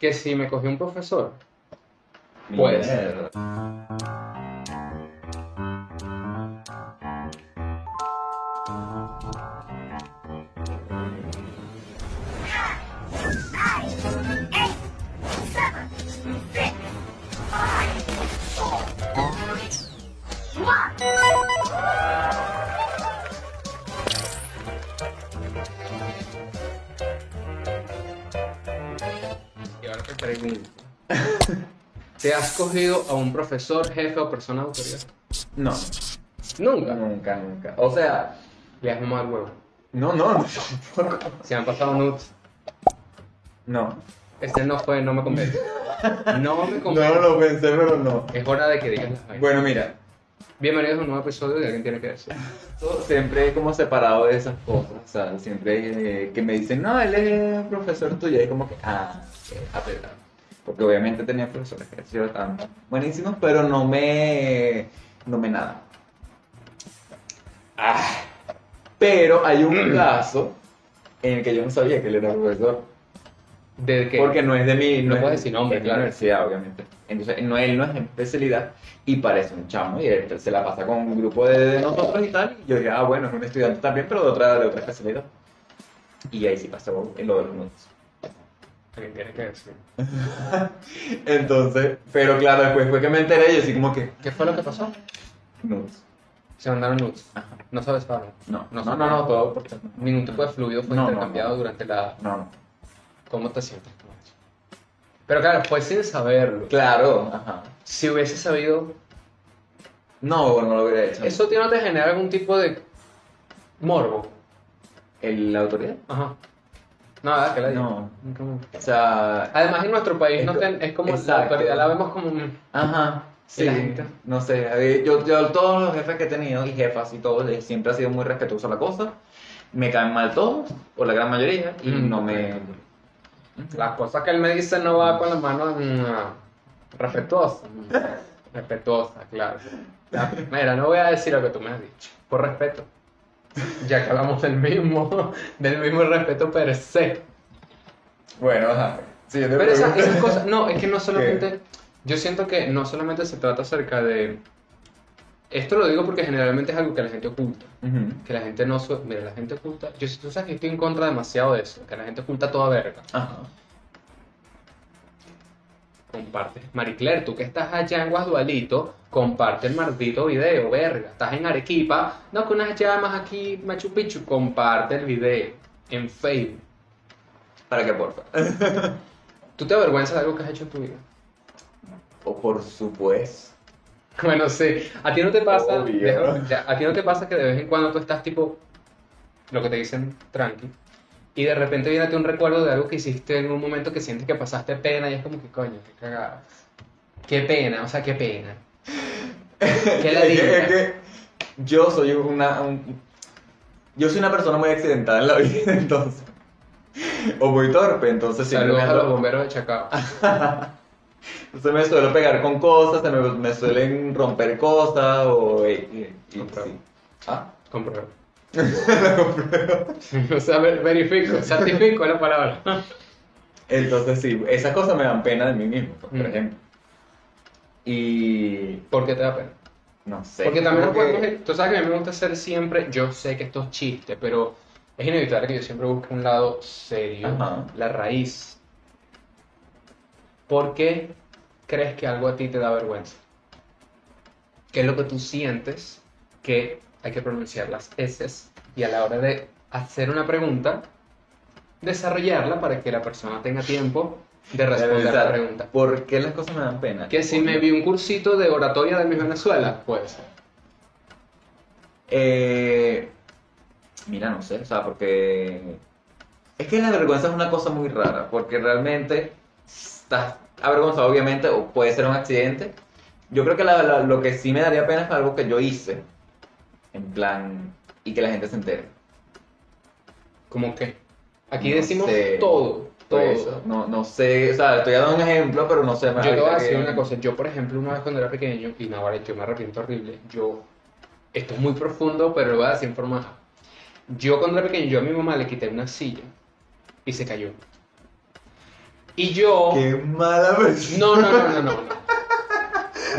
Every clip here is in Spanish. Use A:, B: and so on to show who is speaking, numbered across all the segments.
A: que si me cogió un profesor, pues...
B: Mierda.
A: Y ahora te pregunto. ¿Te has cogido a un profesor, jefe o persona de autoridad?
B: No,
A: Nunca.
B: nunca, nunca. O sea,
A: Le has mamado el huevo.
B: no, no, no, tampoco.
A: Se han pasado nudes.
B: No.
A: Este no fue, no me convence. No me
B: No
A: convence.
B: lo pensé, pero no.
A: Es hora de que digas las vainas.
B: Bueno, mira,
A: Bienvenidos a un nuevo episodio de Alguien Tiene Que Decir.
B: yo siempre he como separado de esas cosas. O sea, siempre eh, que me dicen, no, él es profesor tuyo. Y es como que, ah,
A: Eh,
B: ok, apretado. Porque obviamente tenía profesores que han sido tan buenísimos, pero no me. no me nada. Ah, pero hay un caso en el que yo no sabía que él era profesor.
A: ¿De qué?
B: Porque no es de mi.
A: No
B: es
A: puedes decir nombre,
B: es de
A: claro.
B: la universidad, obviamente. Entonces, no, él no es de mi especialidad y parece un chamo. Y él se la pasa con un grupo de, de nosotros y tal. Y yo dije, ah, bueno, es un estudiante también, pero de otra, de otra especialidad. Y ahí sí pasó en lo de los notes.
A: Alguien Tiene Que Decir.
B: Entonces, pero claro, después fue que me enteré y yo así como que.
A: ¿Qué fue lo que pasó?
B: Notes.
A: Se mandaron nudes.
B: Ajá.
A: No sabes para
B: No,
A: No,
B: no, no, no,
A: no,
B: todo por chat.
A: Ningún tipo de fluido fue
B: No, no,
A: intercambiado
B: no.
A: durante la...
B: No, no.
A: ¿Cómo te sientes? con eso? Pero claro, fue sin saberlo.
B: Claro, ajá.
A: Si hubiese sabido,
B: No, no lo hubiera hecho.
A: ¿eso a ti no te genera algún tipo de morbo?
B: ¿El, ¿La autoridad?
A: Ajá. Nada, que la diga.
B: No.
A: Nunca me-
B: O sea,
A: Además, en nuestro país
B: Es
A: no
B: co-
A: ten- es como la
B: Exacto.
A: autoridad la vemos como un-
B: Ajá, sí.
A: la gente.
B: No sé, a ver, yo, yo todos los jefes que he tenido y jefas y todo, les- siempre ha sido muy respetuosa la cosa. Me caen mal todos, o la gran mayoría, y
A: Mm,
B: no me...
A: perfecto. Las cosas que él me dice no va con las manos mm, respetuosa. mm, Respetuosa, claro. Ya, Mira, no voy a decir lo que tú me has dicho, por respeto. Ya que hablamos del mismo, del mismo respeto per se.
B: Bueno, ajá. Siguiente
A: Pero esa-
B: pregunta.
A: esas cosas, no, es que no solamente, yo siento que no solamente se trata acerca de, esto lo digo porque generalmente es algo que la gente oculta,
B: Ujú.
A: que la gente no, su- mira, la gente oculta, yo tú sabes que estoy en contra demasiado de eso, que la gente oculta toda verga,
B: Ajá.
A: comparte, Marie Claire, tú que estás allá en Guasdualito, comparte el maldito video, verga, estás en Arequipa, no, que unas llamas aquí, Machu Picchu, comparte el video en Facebook,
B: ¿Para qué, porfa?
A: ¿tú te avergüenzas de algo que has hecho en tu vida?
B: O por supuesto.
A: Bueno, sí. A ti no te pasa,
B: Obvio.
A: déjame- ya, a ti no te pasa que de vez en cuando tú estás tipo, lo que te dicen tranqui, y de repente viene a ti un recuerdo de algo que hiciste en un momento que sientes que pasaste pena y es como que coño, qué cagada. Qué pena, o sea, qué pena. Qué
B: Es que, es
A: ladilla.
B: que yo soy una... un- yo soy una persona muy accidentada en la vida, entonces. O muy torpe, entonces siempre
A: Saludos
B: me
A: a los
B: ando-
A: bomberos de Chacao.
B: Se me suelo pegar con cosas, se me, me suelen romper cosas o... y- y- y-
A: Comprar.
B: sí. Ah,
A: Compruebo. o sea, ver- verifico, certifico la palabra.
B: Entonces sí, esas cosas me dan pena de mí mismo, pues, por
A: Mm.
B: ejemplo. Y...
A: ¿Por qué te da pena?
B: No sé.
A: Porque también
B: como que-
A: podemos ir- tú sabes que a mí me gusta hacer siempre, yo sé que esto es chiste, pero es inevitable que yo siempre busque un lado serio,
B: Ajá.
A: la raíz. ¿Por qué crees que algo a ti te da vergüenza? ¿Qué es lo que tú sientes que hay que pronunciar las S y a la hora de hacer una pregunta, desarrollarla para que la persona tenga tiempo de responder la
B: revisar,
A: pregunta?
B: ¿Por qué las cosas me dan pena?
A: Que si me vi un cursito de oratoria de mi Venezuela, pues...
B: Eh, mira, no sé, o sea, porque... Es que la vergüenza es una cosa muy rara, porque realmente estás avergonzado, obviamente, o puede ser un accidente. Yo creo que la- la- lo que sí me daría pena es algo que yo hice, en plan, y que la gente se entere.
A: ¿Cómo qué? Aquí
B: No
A: decimos
B: sé.
A: todo, todo.
B: Por eso, no, no sé, o sea, estoy dando un ejemplo, pero no sé.
A: yo te voy a decir una cosa. Yo, por ejemplo, una vez cuando era pequeño, y no, vale, yo me arrepiento horrible. Yo, esto es muy profundo, pero lo voy a decir en forma. baja. Yo, cuando era pequeño, yo a mi mamá le quité una silla y se cayó. Y yo.
B: Qué mala persona.
A: No, no, no, no, no. no.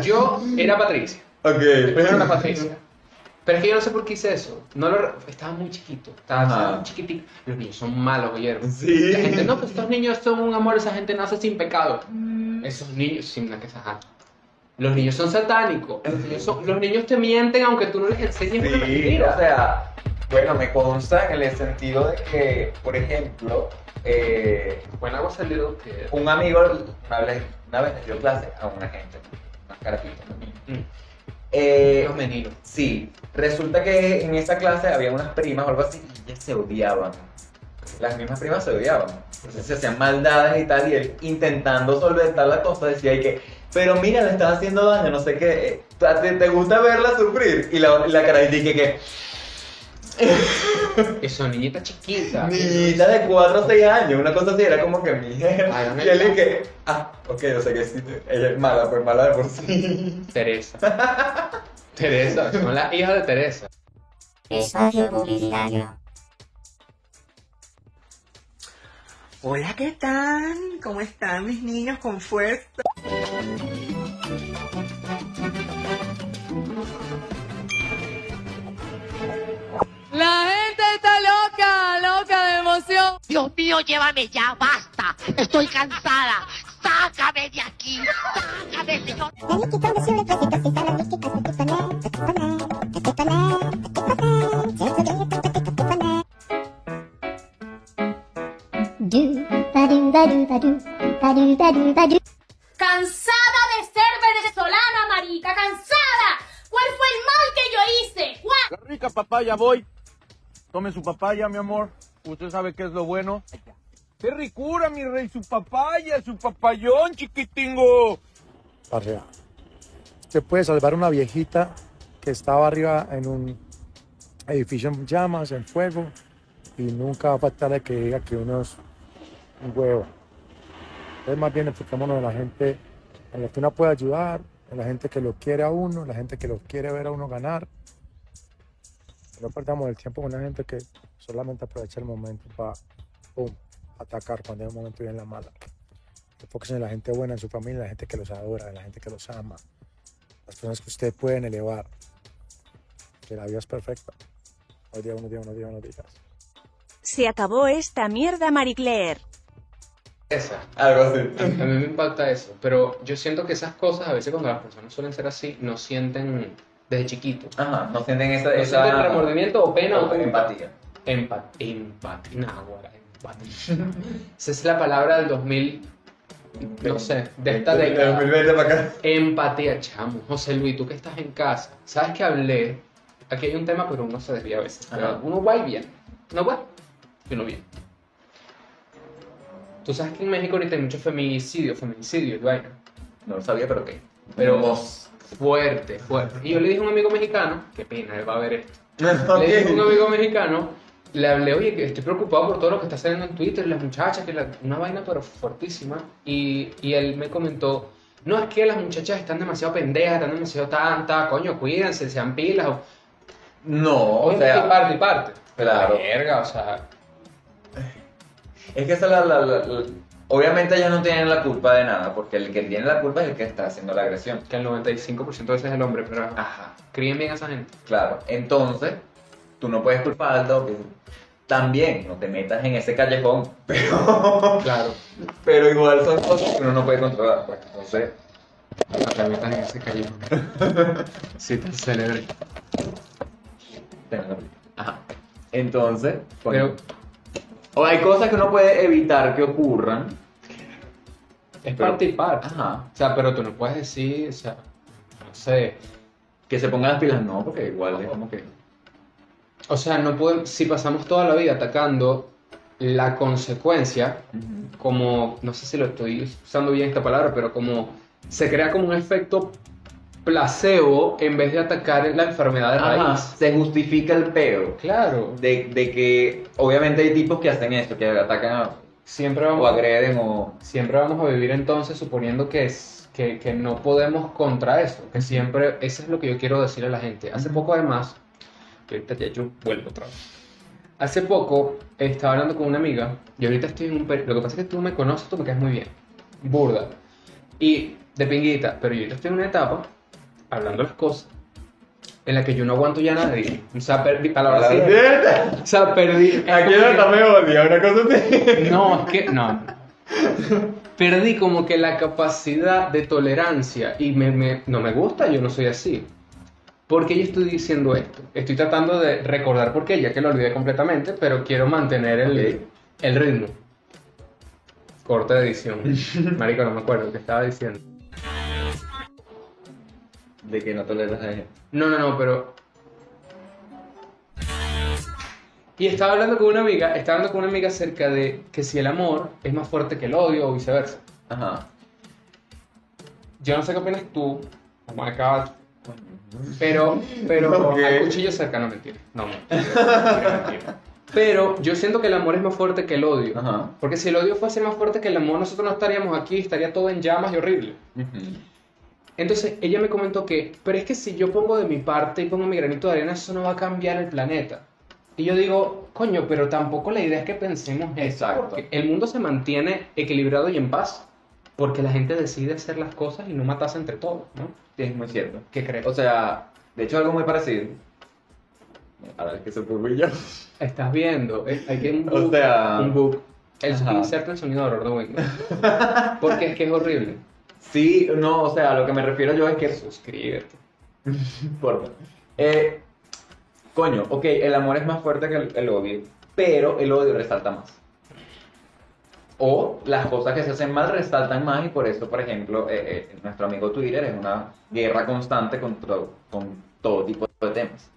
A: Yo era Patricia.
B: Ok.
A: Primero era Patricia. Pero es que yo no sé por qué hice eso. No lo re- Estaba muy chiquito. Estaba,
B: Ajá.
A: estaba muy chiquitico. Los niños son malos, oyeron.
B: Sí.
A: La gente, no, pues estos niños son un amor, esa gente nace sin pecado. Esos niños, sin la que ajá. Los niños son satánicos. Los niños, son- los niños te mienten aunque tú no les enseñes una
B: Sí,
A: mentira.
B: o sea, bueno, me consta en el sentido de que, por ejemplo, eh,
A: Buen agua salió de ustedes.
B: un amigo una vez, una vez le dio clase a una gente, unas carajitas. ¿no?
A: Mm.
B: Eh,
A: Los meninos.
B: sí, resulta que en esa clase había unas primas o algo así y ellas se odiaban. Las mismas primas se odiaban. Entonces se hacían maldades y tal, y él intentando solventar la cosa decía y que, pero mira, le están haciendo daño, no sé qué, eh, ¿te, te gusta verla sufrir? Y la, la carajita y que, que,
A: Que son niñitas chiquitas.
B: Niñita de 4 o 6 años, una cosa así, era como que mi
A: Ay, no
B: Y
A: me
B: él dije, ah, ok, o sea que sí, ella es mala, pues mala de por sí.
A: Teresa. Teresa. Son las hijas de Teresa.
C: Espacio publicitario.
D: Hola, ¿qué tal? ¿Cómo están mis niños con fuerza?
E: La gente está loca, loca de emoción.
F: Dios mío, llévame ya, basta. Estoy cansada. Sácame de aquí. Sácame, señor.
G: do ba do ba do ba do ba do ba do ba do
H: Cansada de ser venezolana, marica, cansada. ¿Cuál fue el mal que yo hice? ¿Cuál?
I: La rica papaya, voy. Tome su papaya, mi amor. Usted sabe qué es lo bueno. ¡Qué ricura, mi rey! Su papaya, su papayón, chiquitingo.
J: Barrea. Usted puede salvar una viejita que estaba arriba en un edificio en llamas, en fuego, y nunca va a faltar el que diga que uno es un huevo. Entonces, más bien enfocémonos en la gente en la que uno puede ayudar, en la gente que lo quiere a uno, en la gente que lo quiere ver a uno ganar. No perdamos el tiempo con la gente que solamente aprovecha el momento para pum, atacar cuando es un momento bien la mala. Enfóquense en la gente buena, en su familia, en la gente que los adora, en la gente que los ama, las personas que ustedes pueden elevar. Que la vida es perfecta. Hoy día, unos días, unos días, unos días.
D: Se acabó esta mierda, Marie Claire.
A: Teresa.
B: Algo así.
A: A mí, a mí me impacta eso, pero yo siento que esas cosas a veces cuando las personas suelen ser así, no sienten desde chiquito.
B: Ajá, no sienten esa.
A: No
B: esa
A: sienten remordimiento o pena o
B: o empatía.
A: Empatía. Empatía. No, ahora, empatía. Esa es la palabra del 2000, no sé, de esta
B: Del
A: década.
B: 2020 para acá.
A: Empatía, chamo. José Luis, tú que estás en casa, sabes que hablé. Aquí hay un tema, pero uno se desvía a veces. Pero
B: Ajá.
A: uno va y viene. No va y uno viene. Tú sabes que en México ahorita hay mucho feminicidio, feminicidio y vaina.
B: No lo sabía, pero qué.
A: Pero
B: vos.
A: fuerte, fuerte. Y yo le dije a un amigo mexicano, qué pena, él va a ver esto. Le dije a un
B: Ok.
A: amigo mexicano, le hablé, oye, que estoy preocupado por todo lo que está saliendo en Twitter, las muchachas, que la- una vaina pero fortísima. Y, y él me comentó, no, es que las muchachas están demasiado pendejas, están demasiado tantas, coño, cuídense, sean pilas. O,
B: No, o
A: Oye, y
B: sea.
A: parte y parte.
B: Claro.
A: Verga, o sea,
B: Es que esa la, la, la- la- Obviamente ellas no tienen la culpa de nada, porque el que tiene la culpa es el que está haciendo la agresión.
A: que el 95% de veces es el hombre, pero
B: Ajá.
A: críen bien a esa gente.
B: Claro, entonces tú no puedes culpar al dog. También no te metas en ese callejón, pero,
A: Claro.
B: pero igual son cosas que uno no puede controlar. Pues entonces,
A: metas en ese callejón. Sí, te celebré.
B: tenés la culpa. Ajá. Entonces,
A: Pero-
B: coño, o hay cosas que uno puede evitar que ocurran.
A: Es
B: Pero-
A: parte y parte.
B: Ajá.
A: O sea, pero tú no puedes decir, o sea, no sé.
B: Que se pongan las pilas, no, porque igual es como que.
A: O sea, no podemos, si pasamos toda la vida atacando la consecuencia, como, no sé si lo estoy usando bien esta palabra, pero como se crea como un efecto placebo en vez de atacar la enfermedad de raíz.
B: Ajá, se justifica el peo
A: Claro,
B: de, de que obviamente hay tipos que hacen esto, que atacan a-
A: siempre
B: o
A: vamos,
B: agreden o
A: siempre vamos a vivir entonces suponiendo que, es, que, que no podemos contra eso, que siempre, eso es lo que yo quiero decir a la gente. Hace poco además, que ahorita ya yo vuelvo otra vez. Hace poco estaba hablando con una amiga y ahorita estoy en un periodo. Lo que pasa es que tú me conoces, tú me caes muy bien. Burda. Y de pinguita. Pero yo ahorita estoy en una etapa, hablando las cosas, en la que yo no aguanto ya a nadie. O sea, perdí palabras. así. O sea, perdí.
B: Aquí no está me odia, una cosa así.
A: No, es que no. Perdí como que la capacidad de tolerancia y me, me- no me gusta, yo no soy así. ¿Por qué yo estoy diciendo esto? Estoy tratando de recordar por qué, ya que lo olvidé completamente, pero quiero mantener el,
B: Ok.
A: el ritmo. Corta de edición. Marico, no me acuerdo qué estaba diciendo.
B: De que no toleras a ella.
A: No, no, no, pero. Y estaba hablando con una amiga, estaba hablando con una amiga acerca de que si el amor es más fuerte que el odio o viceversa.
B: Ajá.
A: Yo no sé qué opinas tú, oh my God, pero, pero
B: Ok.
A: a cuchillo cerca, no mentira, no mentira, mentira. Pero yo siento que el amor es más fuerte que el odio.
B: Ajá.
A: Porque si el odio fuese más fuerte que el amor, nosotros no estaríamos aquí, estaría todo en llamas y horrible.
B: Ujú.
A: Entonces ella me comentó que, pero es que si yo pongo de mi parte y pongo mi granito de arena, eso no va a cambiar el planeta. Y yo digo, coño, pero tampoco la idea es que pensemos eso,
B: Exacto.
A: porque el mundo se mantiene equilibrado y en paz, porque la gente decide hacer las cosas y no matarse entre todos, ¿no?
B: Sí, es muy cierto.
A: ¿Qué crees?
B: O sea, de hecho algo muy parecido. Ahora es que se fue yo.
A: Estás viendo, eh, hay que un
B: O
A: book,
B: sea-
A: un book. El
B: Ajá.
A: inserta el sonido de horror de Windows. Porque es que es horrible.
B: Sí, no, o sea, lo que me refiero yo es que
A: Suscríbete.
B: Porfa. Eh, coño, ok, el amor es más fuerte que el, el odio, pero el odio resalta más. O las cosas que se hacen mal resaltan más y por eso, por ejemplo, eh, eh, nuestro amigo Twitter es una guerra constante con, to- con todo tipo de temas.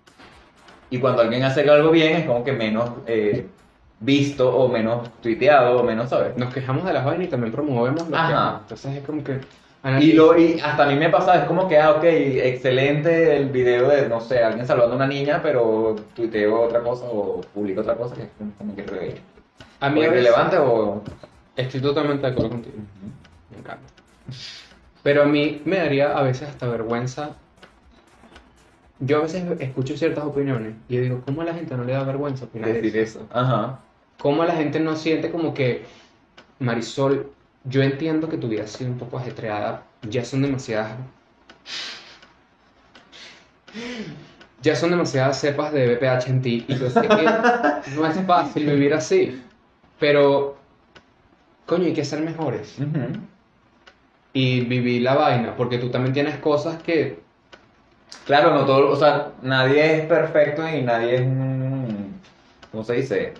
B: Y cuando alguien hace algo bien es como que menos eh, visto o menos tuiteado o menos, ¿sabes?
A: Nos quejamos de las vainas y también promovemos lo
B: Ajá.
A: que Entonces es como que...
B: Y, lo, y hasta a mí me ha pasado, es como que, ah, ok, excelente el video de, no sé, alguien salvando a una niña, pero tuiteo otra cosa o publico otra cosa que es como- como que re-
A: A
B: o
A: mí a veces-
B: irrelevante pues, o...
A: Estoy totalmente de acuerdo contigo. Me encanta. Pero a mí me daría a veces hasta vergüenza. Yo a veces escucho ciertas opiniones y yo digo, ¿cómo a la gente no le da vergüenza opinar
B: Decir
A: eso?
B: Ajá.
A: ¿Cómo la gente no siente como que, Marisol, yo entiendo que tu vida ha sido un poco ajetreada, ya son demasiadas... Ya son demasiadas cepas de BPH en ti y yo sé que no es fácil vivir así, pero coño, hay que ser mejores
B: Ujú.
A: y vivir la vaina, porque tú también tienes cosas que
B: Claro, no todo, o sea, nadie es perfecto y nadie es un... ¿Cómo se dice?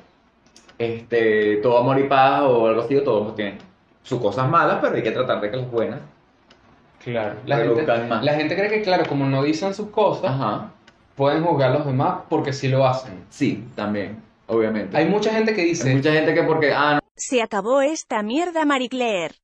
B: Este, todo amor y paz o algo así, o todos tienen sus cosas malas, pero hay que tratar de que las buenas.
A: Claro, la
B: Pero
A: gente,
B: calma.
A: la gente cree que, claro, como no dicen sus cosas,
B: Ajá.
A: pueden juzgar a los demás porque sí lo hacen.
B: Sí, también, obviamente.
A: Hay mucha gente que dice,
B: Hay mucha gente que porque, ah,
K: Se acabó esta mierda, Marie Claire.